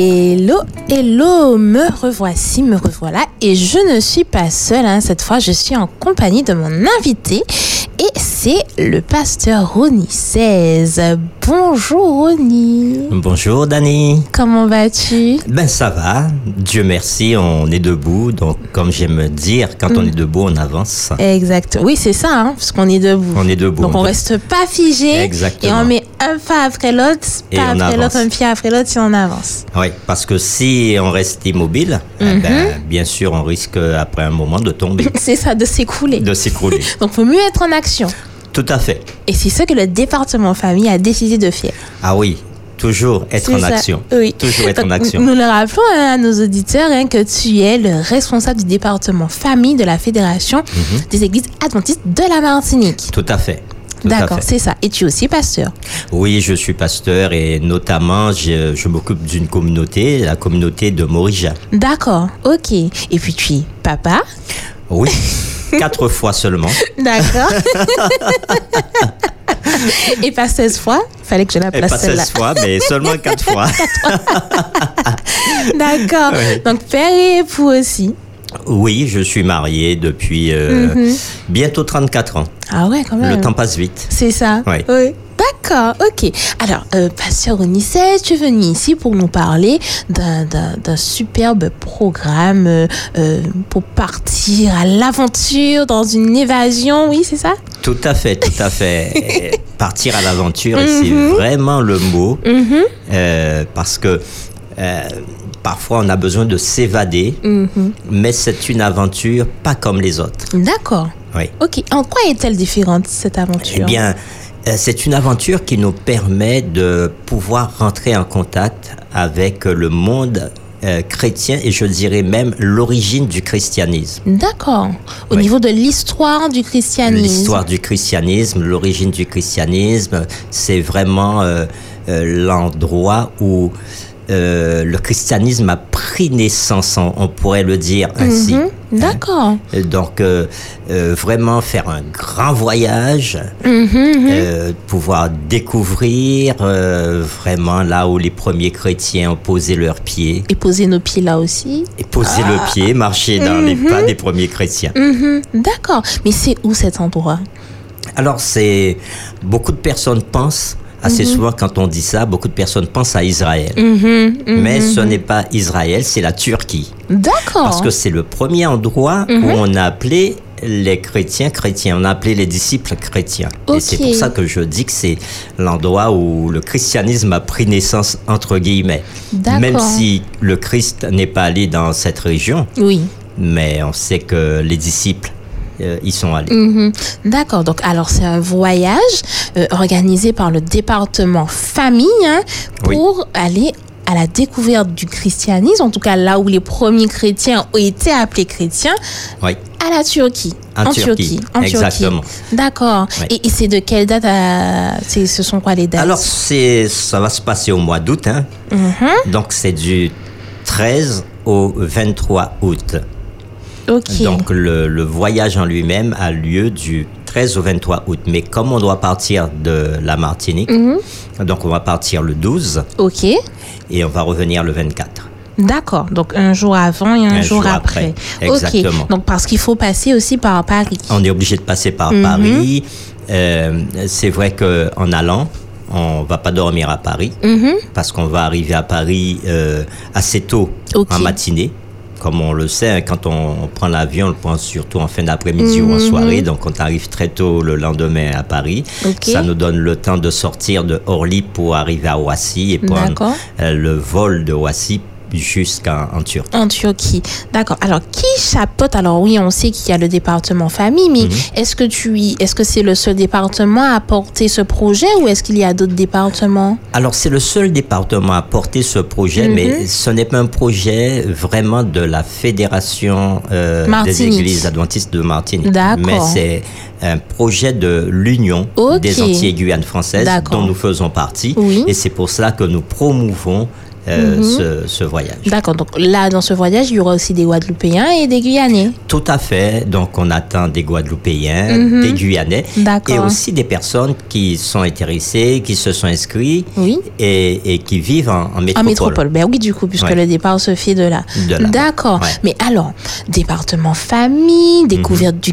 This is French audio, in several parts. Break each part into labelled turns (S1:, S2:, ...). S1: Hello, hello, me revoici, me revoilà et je ne suis pas seule hein, cette fois, je suis en compagnie de mon invité et c'est le pasteur Ronnie 16. Bonjour Ronnie,
S2: Bonjour Dani.
S1: comment vas-tu
S2: Ben ça va, Dieu merci, on est debout. Donc comme j'aime dire, quand
S1: Mm.
S2: on est debout, on avance.
S1: Exact, oui c'est ça, hein, parce qu'on est debout.
S2: On est debout.
S1: Donc on reste pas figé
S2: Exactement.
S1: et on met un pas après l'autre,
S2: Et
S1: pas
S2: on
S1: après l'autre,
S2: avance.
S1: un pied après l'autre si on avance.
S2: Oui, parce que si on reste immobile, eh
S1: Mm-hmm.
S2: ben, bien sûr, on risque après un moment de tomber,
S1: C'est ça, de s'écrouler.
S2: de s'écrouler.
S1: Donc faut mieux être en action.
S2: Tout à fait.
S1: Et c'est ce que le département famille a décidé de faire.
S2: Ah oui, toujours être
S1: C'est
S2: en
S1: ça,
S2: action.
S1: Oui.
S2: Toujours être en
S1: Donc,
S2: action.
S1: Nous le rappelons hein, à nos auditeurs hein, que tu es le responsable du département famille de la Fédération
S2: Mhm.
S1: des Églises Adventistes de la Martinique.
S2: Tout à fait. Tout à
S1: D'accord,
S2: fait.
S1: c'est ça. Et tu es aussi pasteur.
S2: Oui, je suis pasteur et notamment, je, je m'occupe d'une communauté, la communauté de Morija.
S1: D'accord, ok. Et puis tu es papa.
S2: Oui, quatre fois seulement.
S1: D'accord. Et pas 16 fois, fallait que je la
S2: Et
S1: place
S2: Eh, pas
S1: celle-là.
S2: 16 fois, mais seulement quatre fois.
S1: D'accord.
S2: Ouais.
S1: Donc père et époux aussi.
S2: Oui, je suis marié depuis euh, bientôt 34 ans.
S1: Mhm. Ah ouais, quand même.
S2: Le temps passe vite.
S1: C'est ça
S2: Ouais.
S1: Oui. D'accord, ok. Alors, euh, Pasteur Onicès, tu es venu ici pour nous parler d'un- d'un d'un superbe programme euh, euh, pour partir à l'aventure dans une évasion, oui, c'est ça
S2: Tout à fait, tout à fait. Et Partir à l'aventure, et c'est
S1: Mhm.
S2: vraiment le mot, euh, parce que euh, parfois on a besoin de s'évader,
S1: Mhm.
S2: mais c'est une aventure pas comme les autres.
S1: D'accord.
S2: Oui.
S1: Ok, en quoi est-elle différente cette aventure
S2: Eh bien, euh, c'est une aventure qui nous permet de pouvoir rentrer en contact avec euh, le monde euh, chrétien et je dirais même l'origine du christianisme.
S1: D'accord. Au
S2: Oui.
S1: niveau de l'histoire du christianisme.
S2: L'histoire du christianisme, l'origine du christianisme, c'est vraiment euh, euh, l'endroit où euh, le christianisme a pris naissance, on, on pourrait le dire ainsi.
S1: Mhm. D'accord.
S2: Et Donc, euh, euh, vraiment faire un grand voyage, euh, pouvoir découvrir euh, vraiment là où les premiers chrétiens ont posé leurs pieds,
S1: Et poser nos pieds là aussi.
S2: et poser le pied, marcher dans les pas des premiers chrétiens.
S1: Mhm. D'accord. Mais c'est où cet endroit
S2: Alors, c'est beaucoup de personnes pensent. Assez souvent, quand on dit ça, beaucoup de personnes pensent à Israël.
S1: Mm-hmm,
S2: Mais ce n'est pas Israël, c'est la Turquie.
S1: D'accord.
S2: Parce que c'est le premier endroit
S1: Mhm.
S2: où on a appelé les chrétiens chrétiens, on a appelé les disciples chrétiens.
S1: Ok.
S2: Et c'est pour ça que je dis que c'est l'endroit où le christianisme a pris naissance, entre guillemets.
S1: D'accord.
S2: Même si le Christ n'est pas allé dans cette région,
S1: Oui.
S2: mais on sait que les disciples euh, y sont allés.
S1: Mhm. D'accord. Donc, alors, c'est un voyage euh, organisé par le département famille hein,
S2: Oui.
S1: pour aller à la découverte du christianisme, en tout cas là où les premiers chrétiens ont été appelés chrétiens,
S2: Oui.
S1: à la Turquie.
S2: En Turquie.
S1: En
S2: Exactement.
S1: Turquie. D'accord.
S2: Ouais.
S1: Et, et c'est de quelle date à... c'est- Ce sont quoi les dates
S2: Alors, c'est, ça va se passer au mois d'août. hein.
S1: Mhm.
S2: Donc, c'est du 13 au 23 août.
S1: Ok.
S2: Donc, le, le voyage en lui-même a lieu du 13 au 23 août. Mais comme on doit partir de la Martinique, donc on va partir le 12
S1: Ok.
S2: et on va revenir le 24.
S1: D'accord. Donc, un jour avant et un,
S2: Un
S1: jour,
S2: jour après.
S1: après.
S2: Exactement.
S1: Ok. Donc, parce qu'il faut passer aussi par Paris.
S2: On est obligé de passer par
S1: Mhm.
S2: Paris. Euh, c'est vrai qu'en allant, on va pas dormir à Paris
S1: Mhm.
S2: parce qu'on va arriver à Paris euh, assez tôt
S1: Ok.
S2: en matinée. Comme on le sait, hein, quand on, on prend l'avion, on le prend surtout en fin d'après-midi ou en
S1: Mhm.
S2: soirée. Donc on arrive très tôt le lendemain à Paris.
S1: Ok.
S2: Ça nous donne le temps de sortir de Orly pour arriver à Ouassi et prendre
S1: D'accord.
S2: euh, le vol de Ouassi jusqu'en en Turquie.
S1: En Turquie. D'accord. Alors, qui chapeaute Alors oui, on sait qu'il y a le département famille,
S2: Mhm.
S1: mais est-ce que tu y- est-ce que c'est le seul département à porter ce projet ou est-ce qu'il y a d'autres départements
S2: Alors c'est le seul département à porter ce projet,
S1: Mhm.
S2: mais ce n'est pas un projet vraiment de la Fédération euh, des
S1: Martinique.
S2: Églises adventistes de Martinique.
S1: D'accord.
S2: Mais c'est un projet de l'Union
S1: Ok.
S2: des Antilles et Guyane françaises
S1: D'accord.
S2: dont nous faisons partie.
S1: Oui. Mhm.
S2: Et c'est pour cela que nous promouvons euh, ce, ce voyage.
S1: D'accord. Donc là, dans ce voyage, il y aura aussi des Guadeloupéens et des Guyanais.
S2: Tout à fait. Donc, on attend des Guadeloupéens, des Guyanais,
S1: Mhm. D'accord.
S2: et aussi des personnes qui sont intéressées, qui se sont inscrites
S1: Oui.
S2: et, et qui vivent en, en métropole.
S1: En métropole, ben oui, du coup, puisque
S2: Ouais.
S1: le départ se fait de là.
S2: De là,
S1: D'accord.
S2: ouais. Mhm.
S1: Mais alors, département famille, découverte du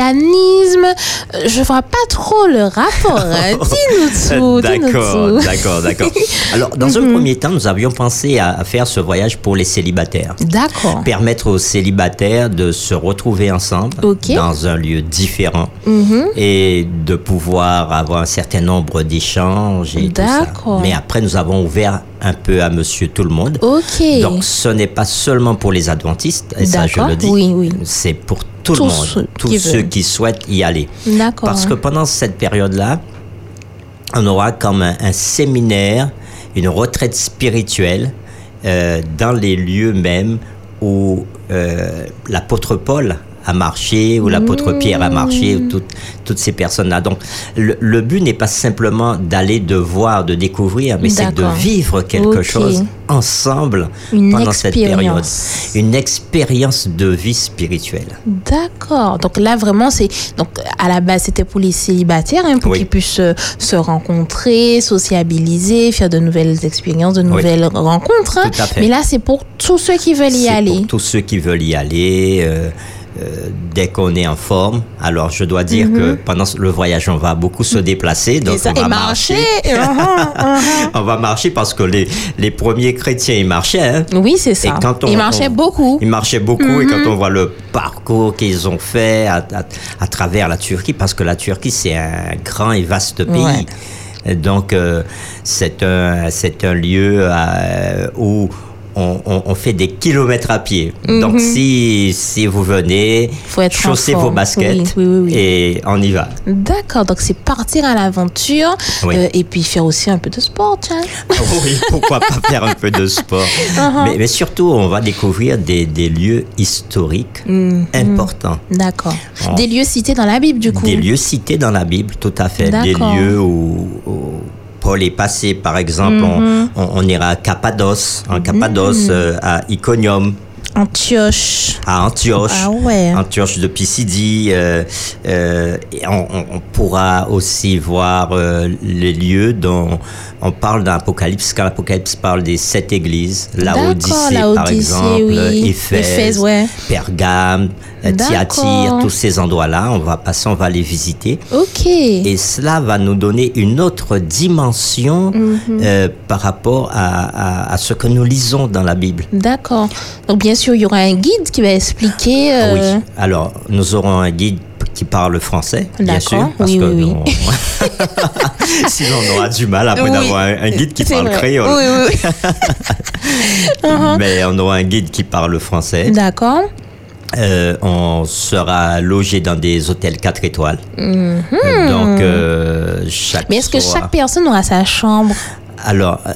S1: christianisme, euh, je vois pas trop le rapport. hein. dis-nous tout, Mhm. dis-nous
S2: D'accord,
S1: tout.
S2: d'accord, d'accord. Alors, dans un premier temps, nous avions pensé à, à faire ce voyage pour les célibataires.
S1: D'accord.
S2: Permettre aux célibataires de se retrouver ensemble
S1: Ok. Mhm.
S2: dans un lieu différent et de pouvoir avoir un certain nombre d'échanges et tout ça.
S1: D'accord.
S2: Mais après, nous avons ouvert un peu à Monsieur Tout le Monde.
S1: Ok.
S2: Donc, ce n'est pas seulement pour les adventistes, et ça je
S1: D'accord,
S2: le dis,
S1: oui, oui.
S2: c'est pour tout
S1: Tous
S2: le monde,
S1: ceux
S2: tous
S1: qui
S2: ceux
S1: veulent.
S2: qui souhaitent y aller.
S1: D'accord.
S2: Parce que pendant cette période-là, on aura comme un, un séminaire, une retraite spirituelle euh, dans les lieux mêmes où euh, l'apôtre Paul a marché, où l'apôtre Pierre
S1: Mmh.
S2: a marché, où toutes- toutes ces personnes-là. Donc, le, le but n'est pas simplement d'aller, de voir, de découvrir, mais c'est de
S1: D'accord.
S2: vivre quelque
S1: Ok.
S2: chose ensemble
S1: Une
S2: pendant cette période.
S1: expérience.
S2: Une expérience de vie spirituelle.
S1: D'accord. Donc là, vraiment, c'est. Donc à la base, c'était pour les célibataires, hein, pour
S2: Oui.
S1: qu'ils puissent euh, se rencontrer, sociabiliser, faire de nouvelles expériences, de nouvelles rencontres. hein.
S2: Tout à fait.
S1: Mais là, c'est pour tous ceux qui veulent y
S2: C'est
S1: aller.
S2: Pour tous ceux qui veulent y aller, euh, euh, dès qu'on est en forme. Alors, je dois dire que pendant le voyage, on va beaucoup se déplacer.
S1: Mhm.
S2: Donc
S1: Et ça,
S2: on va
S1: et marcher. Uh-huh, Uhum, uhum.
S2: On va marcher parce que les, les premiers chrétiens, ils marchaient. hein.
S1: uh-huh. oui, c'est ça.
S2: Et quand on-
S1: Ils marchaient
S2: on-
S1: beaucoup. Mhm.
S2: Ils marchaient beaucoup. Et quand on voit le parcours qu'ils ont fait à, à- à travers la Turquie, parce que la Turquie, c'est un grand et vaste pays. Et Donc, euh, c'est un, c'est un lieu euh, où on, on- on fait des kilomètres à pied. Donc, si, si vous venez,
S1: Mhm. Faut être en
S2: chaussez vos
S1: forme.
S2: baskets
S1: Oui, oui, oui, oui.
S2: et on y va.
S1: D'accord. Donc c'est partir à l'aventure
S2: Oui.
S1: euh, et puis faire aussi un peu de sport, tiens.
S2: oui, pourquoi pas faire un peu de sport
S1: Uh-huh.
S2: mais, mais surtout, on va découvrir des, des lieux historiques
S1: Mhm.
S2: importants.
S1: D'accord.
S2: Oh.
S1: Des lieux cités dans la Bible, du coup.
S2: Des lieux cités dans la Bible, tout à fait. Des
S1: D'accord.
S2: lieux où, où Paul est passé, par exemple, on-
S1: Mhm.
S2: on, on ira à Cappadoce, en Cappadoce, euh, à Iconium,
S1: Antioche.
S2: à Antioche.
S1: Ah ouais.
S2: Antioche de Pisidie, euh, euh, et on, on- on pourra aussi voir euh, les lieux dont on parle dans l'Apocalypse, quand l'Apocalypse parle des sept églises, Laodicée
S1: D'accord,
S2: par
S1: Laodicée,
S2: exemple,
S1: oui.
S2: Éphèse,
S1: Éphèse, ouais.
S2: Pergame, euh, Thyatire,
S1: D'accord.
S2: tous ces endroits-là, on va passer, on va les visiter.
S1: Ok.
S2: Et cela va nous donner une autre dimension
S1: Mhm.
S2: euh, par rapport à, à- à ce que nous lisons dans la Bible.
S1: D'accord. Donc, bien sûr, il y aura un guide qui va expliquer. euh,
S2: Ah Oui. Alors, nous aurons un guide qui parle français, bien
S1: D'accord.
S2: sûr, parce
S1: Oui,
S2: que
S1: oui, oui.
S2: nous- sinon on aura du mal après
S1: Oui.
S2: d'avoir un, un guide qui
S1: C'est
S2: parle
S1: vrai.
S2: créole.
S1: Oui, oui, oui.
S2: Mais on aura un guide qui parle français.
S1: D'accord.
S2: Euh, on sera logé dans des hôtels 4 étoiles. Donc, euh, chaque
S1: Mhm. Mais est-ce que
S2: soir-
S1: chaque personne aura sa chambre
S2: Alors, euh,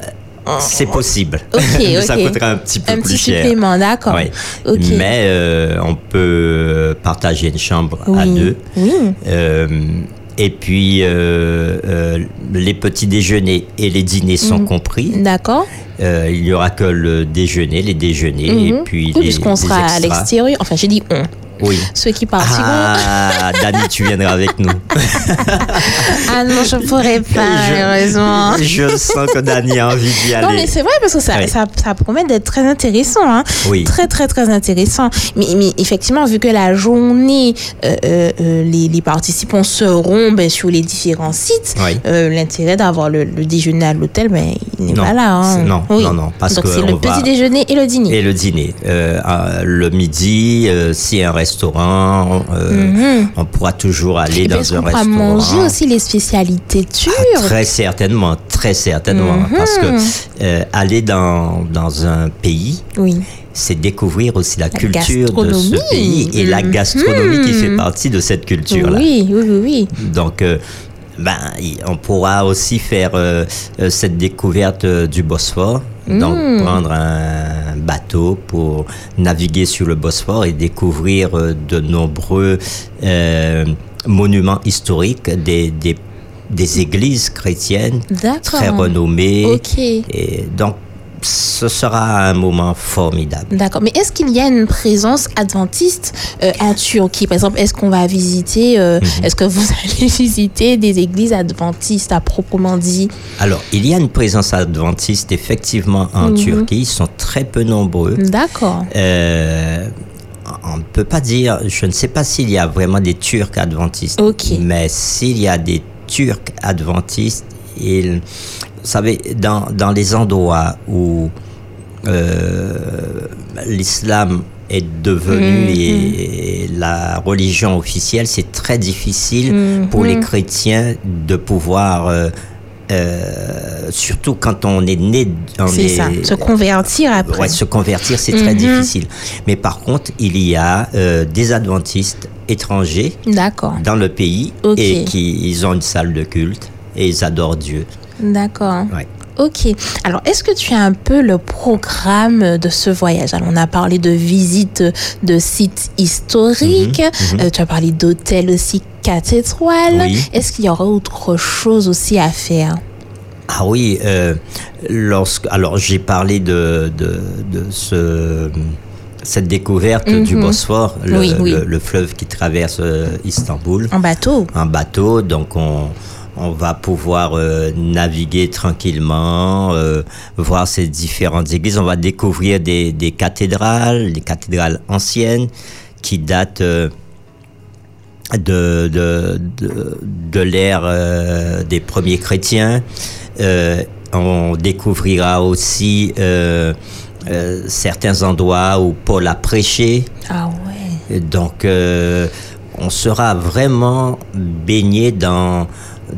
S2: c'est possible.
S1: Ok,
S2: Mais ça
S1: ok.
S2: coûtera un petit peu
S1: Un
S2: plus
S1: petit
S2: cher.
S1: supplément, d'accord.
S2: Oui.
S1: Ok.
S2: Mais euh, on peut euh, partager une chambre à
S1: Oui.
S2: deux.
S1: Oui.
S2: Euh, et puis, euh, euh, les petits déjeuners et les dîners sont
S1: Mhm.
S2: compris.
S1: D'accord.
S2: Euh, il n'y aura que le déjeuner, les déjeuners, et puis
S1: Mhm. Oui,
S2: les,
S1: puisqu'on
S2: les
S1: sera à
S2: extras.
S1: l'extérieur. Enfin, j'ai dit on.
S2: Oui.
S1: Ceux qui partiront. Ah,
S2: Ah, Dani, tu viendras avec nous.
S1: ah non, je pourrais pas, malheureusement.
S2: je, je sens que Dani a envie d'y aller.
S1: Non, mais c'est vrai parce que ça,
S2: Oui.
S1: ça, ça promet d'être très intéressant. Hein.
S2: Oui.
S1: Très, très, très intéressant. Mais, mais effectivement, vu que la journée, euh, euh, euh, les, les participants seront ben, sur les différents sites,
S2: Oui.
S1: euh, l'intérêt d'avoir le, le déjeuner à l'hôtel, ben, il n'est
S2: Non,
S1: pas là. hein.
S2: c'est- non,
S1: Oui.
S2: non, non, parce
S1: Donc,
S2: que
S1: c'est le
S2: on va-
S1: petit déjeuner et le dîner.
S2: Et le dîner. Euh, à- le midi, euh, si un restaurant, euh, on pourra toujours aller
S1: Et puis, Mhm.
S2: dans
S1: Eh ben, est-ce
S2: un
S1: qu'on pourra
S2: restaurant. hein. Ah,
S1: manger aussi les spécialités turques
S2: Très certainement, très certainement.
S1: Mhm.
S2: Parce que euh, aller dans, dans un pays,
S1: Oui.
S2: c'est découvrir aussi la, culture de
S1: gastronomie.
S2: ce
S1: Mhm.
S2: pays et la gastronomie qui fait partie de cette culture-là.
S1: Oui, oui, oui, oui.
S2: Donc, euh, ben, y- on pourra aussi faire euh, euh, cette découverte euh, du Bosphore. Donc, prendre un bateau pour naviguer sur le Bosphore et découvrir euh, de nombreux euh, monuments historiques, des, des, des églises chrétiennes
S1: D'accord.
S2: très renommées.
S1: Ok.
S2: Et donc, ce sera un moment formidable.
S1: D'accord. Mais est-ce qu'il y a une présence adventiste euh, en Turquie Par exemple, est-ce qu'on va visiter, euh,
S2: Mhm.
S1: est-ce que vous allez visiter des églises adventistes à proprement dit
S2: Alors, il y a une présence adventiste effectivement en Turquie. Ils sont très peu nombreux.
S1: D'accord.
S2: Euh, on ne peut pas dire, je ne sais pas s'il y a vraiment des Turcs adventistes,
S1: Ok.
S2: mais s'il y a des Turcs adventistes, ils, vous savez, dans, dans les endroits où euh, l'islam est
S1: Mm,
S2: devenu et, et la religion officielle, c'est très difficile
S1: Mm,
S2: pour les chrétiens de pouvoir... euh, euh, surtout quand on est né, on
S1: C'est ça.
S2: est-
S1: Se convertir après.
S2: Ouais, se convertir, c'est
S1: Mhm.
S2: très difficile. Mais par contre, il y a euh, des adventistes étrangers
S1: D'accord.
S2: dans le pays
S1: Ok.
S2: et qui ils ont une salle de culte et ils adorent Dieu.
S1: D'accord.
S2: Ouais.
S1: Ok. Alors, est-ce que tu as un peu le programme de ce voyage Alors, on a parlé de visites de sites historiques, euh, tu as parlé d'hôtels aussi 4 étoiles.
S2: Mhm, Oui.
S1: Est-ce qu'il y aura autre chose aussi à faire
S2: Ah oui, euh, lorsque alors j'ai parlé de, de, de ce cette découverte du Bosphore, le,
S1: Mhm. Oui, oui.
S2: le- le fleuve qui traverse euh, Istanbul.
S1: En bateau
S2: un bateau, donc on, on va pouvoir euh, naviguer tranquillement, euh, voir ces différentes églises. On va découvrir des, des cathédrales, des cathédrales anciennes qui datent euh, de, de, de, de l'ère euh, des premiers chrétiens. Euh, on découvrira aussi euh, euh, certains endroits où Paul a prêché.
S1: Ah ouais.
S2: Et Donc, euh, on sera vraiment baigné dans,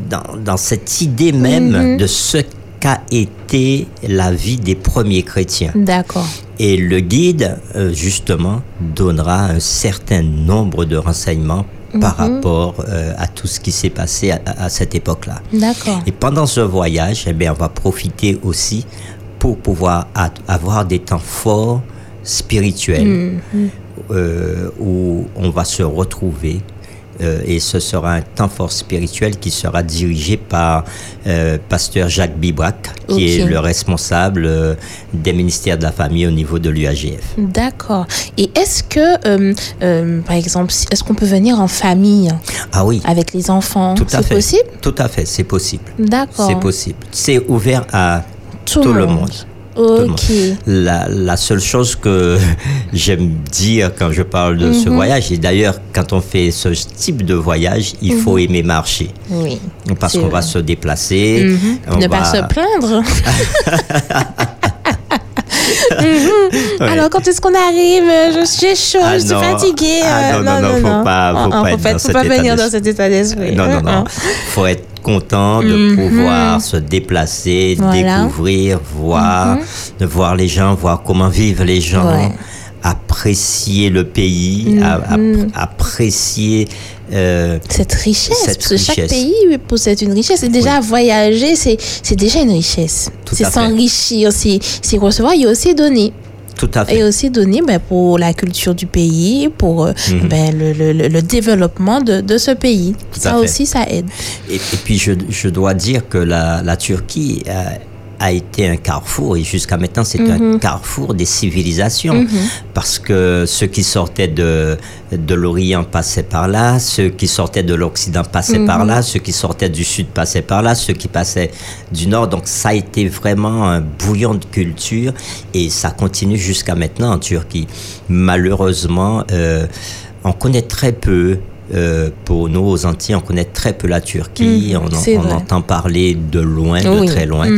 S2: dans, dans cette idée même de ce qu'a été la vie des premiers chrétiens.
S1: D'accord.
S2: Et le guide, euh, justement, donnera un certain nombre de renseignements par rapport euh, à tout ce qui s'est passé à- à- à cette époque-là.
S1: D'accord.
S2: Et pendant ce voyage, eh bien, on va profiter aussi pour pouvoir a- avoir des temps forts spirituels Mm-hmm. euh, où on va se retrouver. euh, et ce sera un temps fort spirituel qui sera dirigé par euh, pasteur Jacques Bibrac, qui est
S1: Ok.
S2: le responsable euh, des ministères de la famille au niveau de l'UAGF.
S1: D'accord. Et est-ce que, euh, euh, par exemple, si- est-ce qu'on peut venir en famille
S2: Ah oui,
S1: avec les enfants
S2: tout à
S1: C'est
S2: fait.
S1: possible
S2: Tout à fait, c'est possible.
S1: D'accord.
S2: C'est possible. C'est ouvert à tout le monde. Tout le monde.
S1: Ok.
S2: La, la seule chose que j'aime dire quand je parle de
S1: Mhm.
S2: ce voyage, et d'ailleurs quand on fait ce type de voyage, il faut aimer marcher.
S1: Oui.
S2: Parce
S1: Mhm. C'est
S2: qu'on va
S1: vrai. Mhm.
S2: se déplacer. on
S1: ne
S2: va-
S1: pas se plaindre. Mhm.
S2: Ouais.
S1: Alors, quand est-ce qu'on arrive Je- J'ai chaud,
S2: Ah
S1: je suis
S2: non.
S1: fatiguée.
S2: Ah
S1: euh,
S2: non, non, non, faut pas- faut
S1: Ah,
S2: pas
S1: faut
S2: être
S1: pas,
S2: dans
S1: faut
S2: cet
S1: pas
S2: état
S1: venir
S2: d'esprit.
S1: dans cet état d'esprit.
S2: Non, non, non.
S1: Ah,
S2: faut être content de pouvoir se déplacer,
S1: Mhm. Voilà. Mhm.
S2: découvrir, voir, de voir les gens, voir comment vivent les gens,
S1: Ouais. Mhm.
S2: apprécier le pays, a- ap- apprécier. euh,
S1: ah. Cette richesse,
S2: Cette
S1: parce que chaque
S2: richesse.
S1: pays possède une richesse. Et déjà, voyager, c'est c'est déjà une richesse.
S2: Tout
S1: C'est
S2: à fait.
S1: s'enrichir, c'est c'est recevoir et aussi donner.
S2: tout à fait.
S1: Et aussi donner ben, pour la culture du pays, pour euh, ben, le, le- le- le développement de, de ce pays.
S2: Mhm. Tout à
S1: ça
S2: fait.
S1: aussi, ça aide.
S2: Et, et puis je, je dois dire que la, la Turquie a, a été un carrefour et jusqu'à maintenant c'est un carrefour des civilisations parce que ceux qui sortaient de, de l'Orient passaient par là, ceux qui sortaient de l'Occident passaient par là, ceux qui sortaient du Sud passaient par là, ceux qui passaient du Nord. Donc ça a été vraiment un bouillon de culture et ça continue jusqu'à maintenant en Turquie. Malheureusement, euh, on connaît très peu. Euh, pour nous, aux Antilles, on connaît très peu la Turquie,
S1: Mhm,
S2: on, en-
S1: c'est
S2: on
S1: vrai.
S2: entend parler de loin, de
S1: Oui. Mm-hmm.
S2: très loin,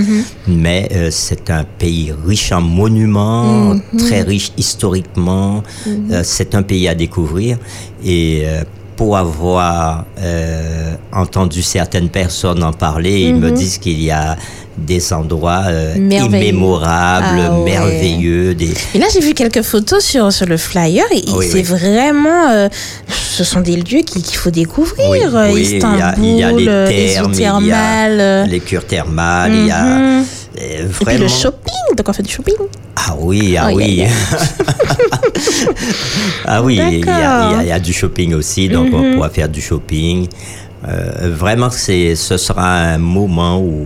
S2: mais euh, c'est un pays riche en monuments,
S1: Mm-hmm.
S2: très riche historiquement, Euh, c'est un pays à découvrir et euh, pour avoir euh, entendu certaines personnes en parler, ils me disent qu'il y a des endroits euh,
S1: Mm-hmm. Merveilleux.
S2: immémorables,
S1: Ah ouais.
S2: merveilleux, des,
S1: Et là, j'ai vu quelques photos sur, sur le flyer et, et
S2: Oui,
S1: c'est
S2: oui.
S1: vraiment. euh, ce sont des lieux qu'il qu'il faut découvrir.
S2: Oui,
S1: Euh,
S2: oui, il y a-
S1: Istanbul,
S2: il y a les
S1: euh,
S2: thermes,
S1: eaux
S2: il y a
S1: thermales, euh,
S2: les cures thermales, il y a
S1: Mhm.
S2: euh,
S1: Et puis
S2: vraiment.
S1: le shopping, donc on fait du shopping.
S2: Ah oui, ah
S1: Oh,
S2: oui.
S1: yeah,
S2: ah oui, il y, a- il y a-
S1: D'accord.
S2: il y a du shopping aussi, donc
S1: Mm-hmm.
S2: on pourra faire du shopping. Euh, vraiment, c'est, ce sera un moment où,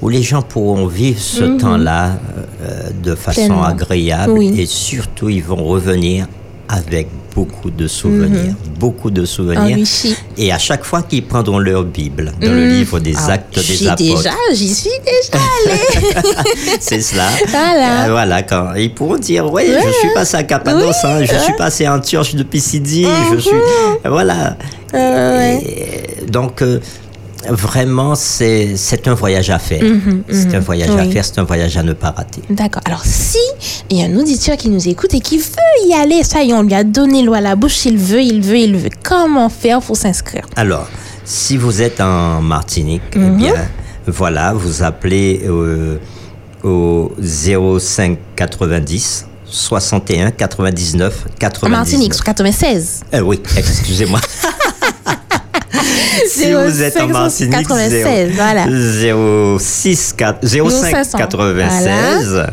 S2: où les gens pourront vivre ce
S1: Mhm.
S2: temps-là euh, de façon
S1: Pleinement.
S2: agréable
S1: Oui.
S2: et surtout ils vont revenir avec beaucoup de souvenirs,
S1: Mm-hmm.
S2: beaucoup
S1: Ah
S2: de souvenirs.
S1: Enrichi.
S2: Et à chaque fois qu'ils prendront leur Bible dans le livre des
S1: Ah,
S2: actes des
S1: j'y
S2: apôtres,
S1: déjà, j'y suis déjà.
S2: c'est cela.
S1: Voilà.
S2: Euh, voilà, quand ils pourront dire, oui, je suis passé à Cappadoce, hein, je suis passé en Turche de Pisidie, je suis, voilà.
S1: Euh, Mhm. ouais.
S2: Et donc, euh, vraiment, c'est c'est un voyage à faire. C'est un voyage à
S1: Mhm, Oui.
S2: faire, c'est un voyage à ne pas rater.
S1: D'accord. Alors, si il y a un auditeur qui nous écoute et qui veut y aller, ça y est, on lui a donné l'eau à la bouche, il veut, il veut, il veut. Comment faire pour s'inscrire
S2: Alors, si vous êtes en Martinique,
S1: Mhm.
S2: eh bien, voilà, vous appelez euh, au 05 90 61 99
S1: En
S2: 99.
S1: Martinique, sur 96.
S2: Euh, oui, excusez-moi. si vous êtes en
S1: 05
S2: Martinique,
S1: 96, voilà.
S2: 06 4 05 96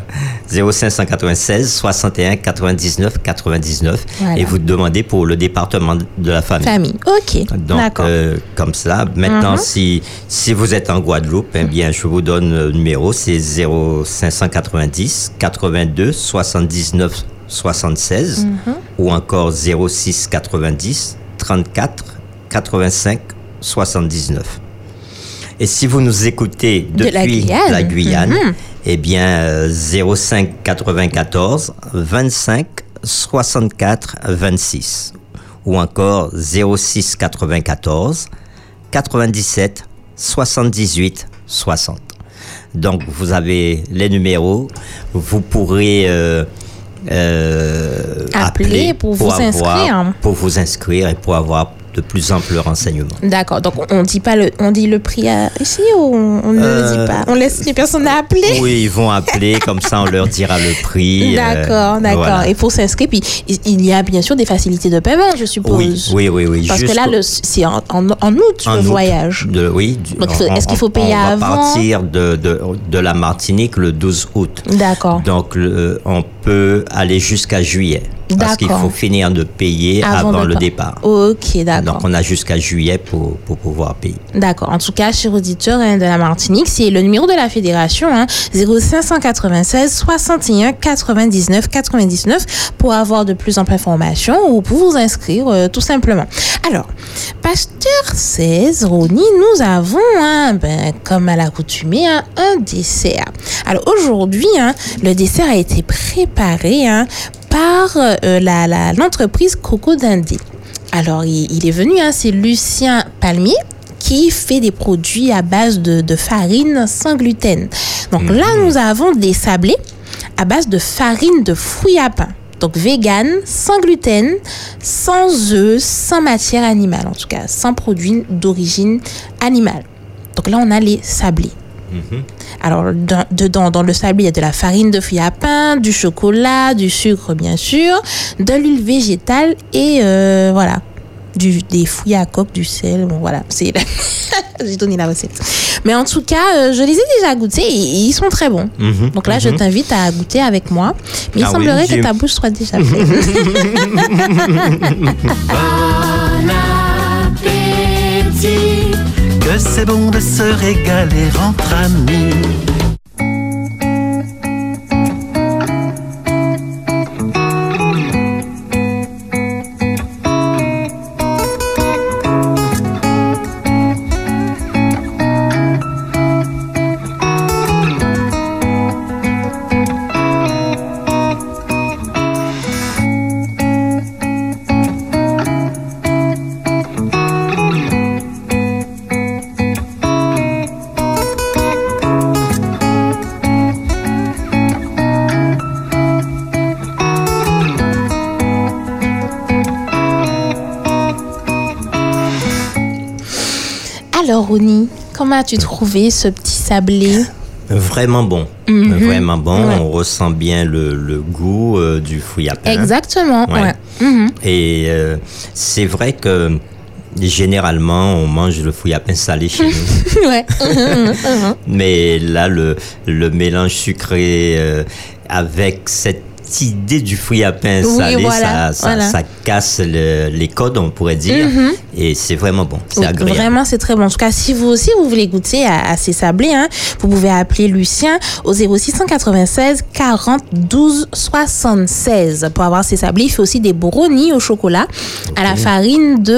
S2: 0596 61 99 99
S1: Voilà.
S2: et vous demandez pour le département de la famille.
S1: Famille. Ok.
S2: Donc,
S1: D'accord.
S2: euh, comme ça. Maintenant, si, si vous êtes en Guadeloupe, eh bien, je vous donne le numéro, c'est 0590 82 79 76 ou encore 06 90 34 85 79. Et si vous nous écoutez
S1: De la
S2: depuis
S1: Guyane. Mhm.
S2: la Guyane, eh bien, euh, 05 94 25 64 26 ou encore 06 94 97 78 60. Donc, vous avez les numéros, vous pourrez euh, euh,
S1: Appeler pour vous
S2: avoir-
S1: inscrire.
S2: Pour vous inscrire et pour avoir de plus amples renseignements.
S1: D'accord. Donc, on dit pas le, on dit le prix à- ici ou on, on ne
S2: Euh,
S1: le dit pas On laisse les personnes appeler
S2: Oui, ils vont appeler, comme ça on leur dira le prix. euh,
S1: D'accord, d'accord.
S2: voilà.
S1: Et pour s'inscrire, puis il- il y a bien sûr des facilités de paiement, je
S2: Oui,
S1: suppose.
S2: oui, oui, oui.
S1: Parce que
S2: jusqu'au-
S1: là, le- c'est en, en- en août
S2: en
S1: le
S2: août
S1: voyage.
S2: de- oui, du-
S1: Donc, faut-
S2: on-
S1: est-ce qu'il faut
S2: on-
S1: payer
S2: on
S1: avant
S2: va partir de, de, de la Martinique le 12 août.
S1: D'accord.
S2: Donc, le- euh, on peut aller jusqu'à juillet. Parce qu'il
S1: D'accord.
S2: faut finir de payer avant,
S1: de
S2: le
S1: par-
S2: départ.
S1: Ok, d'accord.
S2: Donc, on a jusqu'à juillet pour, pour pouvoir payer.
S1: D'accord. En tout cas, chers auditeurs hein, de la Martinique, c'est le numéro de la fédération hein, 0596 61 99 99 pour avoir de plus amples informations ou pour vous inscrire euh, tout simplement. Alors, Pasteur 16, Rony, nous avons, hein, ben, comme à l'accoutumée, hein, un dessert. Alors aujourd'hui, hein, le dessert a été préparé hein, par euh, la- la- l'entreprise Coco Dindé. Alors, il, il est venu, hein, c'est Lucien Palmier qui fait des produits à base de, de farine sans gluten. Donc là, nous avons des sablés à base de farine de fruits à pain. Donc vegan, sans gluten, sans œufs, sans matière animale, en tout cas, sans produits d'origine animale. Donc là, on a les sablés. Alors, dans- dedans, dans le sablé, il y a de la farine de fruits à pain, du chocolat, du sucre, bien sûr, de l'huile végétale et euh, voilà, du, des fruits à coque, du sel. Bon, voilà, c'est j'ai donné la recette. Mais en tout cas, euh, je les ai déjà goûtés et, et ils sont très bons.
S2: Mhm.
S1: Donc là, je t'invite à goûter avec moi. Mais il
S2: Ah oui,
S1: semblerait que
S2: j'ai-
S1: ta bouche soit déjà pleine.
S3: Que c'est bon de se régaler entre amis.
S1: Alors, Rony, comment as-tu trouvé ce petit sablé
S2: Vraiment bon.
S1: Mhm.
S2: Vraiment bon. On ressent bien le, le goût euh, du fruit à pain.
S1: Exactement.
S2: Ouais.
S1: ouais.
S2: Et euh, c'est vrai que généralement, on mange le fruit à pain salé chez nous.
S1: Ouais.
S2: Mais là, le, le mélange sucré euh, avec cette cette idée du fruit à pain
S1: Oui,
S2: salé,
S1: voilà,
S2: ça, ça-
S1: voilà.
S2: ça casse le- les codes, on pourrait dire. Et c'est vraiment bon, c'est
S1: Oui,
S2: agréable.
S1: Vraiment, c'est très bon. En tout cas, si vous aussi vous voulez goûter à, à ces sablés, hein, vous pouvez appeler Lucien au 0696 40 12 76 pour avoir ces sablés. Il fait aussi des brownies au chocolat à la farine de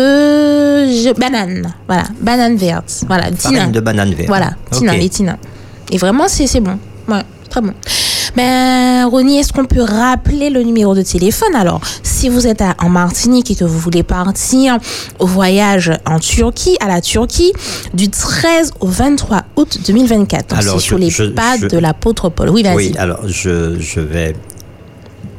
S1: je- banane. Voilà, banane verte. Voilà,
S2: Farine
S1: tinin.
S2: de banane verte.
S1: Voilà, tinin,
S2: Ok.
S1: les tinins. Et vraiment, c'est c'est bon. Ouais, très bon. Ben, Ronnie, est-ce qu'on peut rappeler le numéro de téléphone Alors, si vous êtes à- en Martinique et que vous voulez partir au voyage en Turquie, à la Turquie, du 13 au 23 août 2024. Donc,
S2: Alors,
S1: C'est sur
S2: je-
S1: les
S2: je-
S1: pas
S2: je-
S1: de l'apôtre Paul. Oui, vas-y.
S2: Oui, ah, alors je, je vais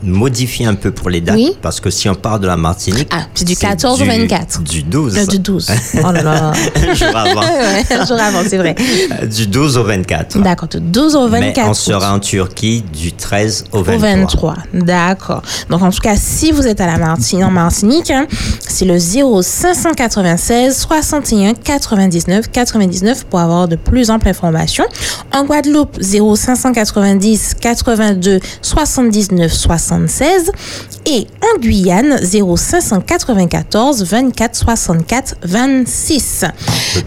S2: modifier un peu pour les dates,
S1: Oui.
S2: parce que si on part de la Martinique...
S1: Ah, c'est du 14 au 24.
S2: Du 12.
S1: Euh, du 12. Oh là là.
S2: Un jour avant.
S1: Ouais, un jour avant, c'est vrai.
S2: Euh, du 12 au 24.
S1: D'accord, de 12 au 24.
S2: Mais on
S1: août.
S2: sera en Turquie du 13 au 23.
S1: Au 23. D'accord. Donc, en tout cas, si vous êtes à la Martinique, en Martinique, hein, c'est le 0596 61 99 99 pour avoir de plus amples informations. En Guadeloupe, 0590 82 79 76. Et en Guyane, 0594 24 64 26.
S2: à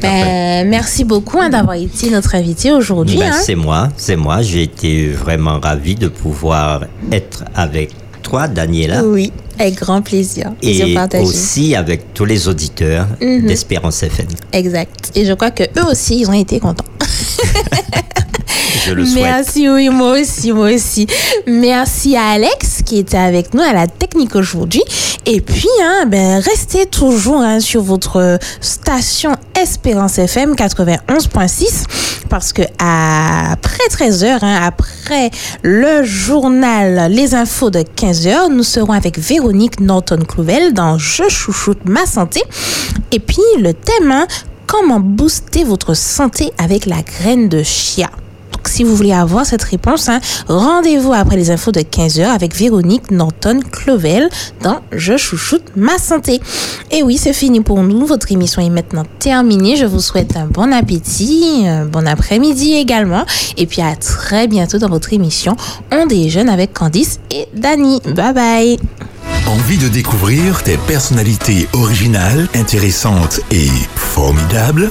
S1: Ben, merci beaucoup hein, d'avoir été notre invité aujourd'hui.
S2: Ben,
S1: hein.
S2: C'est moi, c'est moi. J'ai été vraiment ravi de pouvoir être avec toi, Daniela.
S1: Oui, avec grand plaisir. Plaisir
S2: Et
S1: partagé. Mhm.
S2: aussi avec tous les auditeurs d'Espérance FM.
S1: Exact. Et je crois que eux aussi, ils ont été contents.
S2: Je le souhaite.
S1: Merci, oui, moi aussi, moi aussi. Merci à Alex qui était avec nous à la technique aujourd'hui. Et puis, hein, ben, restez toujours hein, sur votre station Espérance FM 91.6 parce que après 13h, après le journal Les Infos de 15h, nous serons avec Véronique Norton-Clouvel dans Je chouchoute ma santé. Et puis, le thème, hein, comment booster votre santé avec la graine de chia donc, si vous voulez avoir cette réponse, hein, rendez-vous après les infos de 15h avec Véronique Norton-Clovel dans Je chouchoute ma santé. Et oui, c'est fini pour nous. Votre émission est maintenant terminée. Je vous souhaite un bon appétit, un bon après-midi également. Et puis à très bientôt dans votre émission On déjeune avec Candice et Dani. Bye bye.
S4: Envie de découvrir des personnalités originales, intéressantes et formidables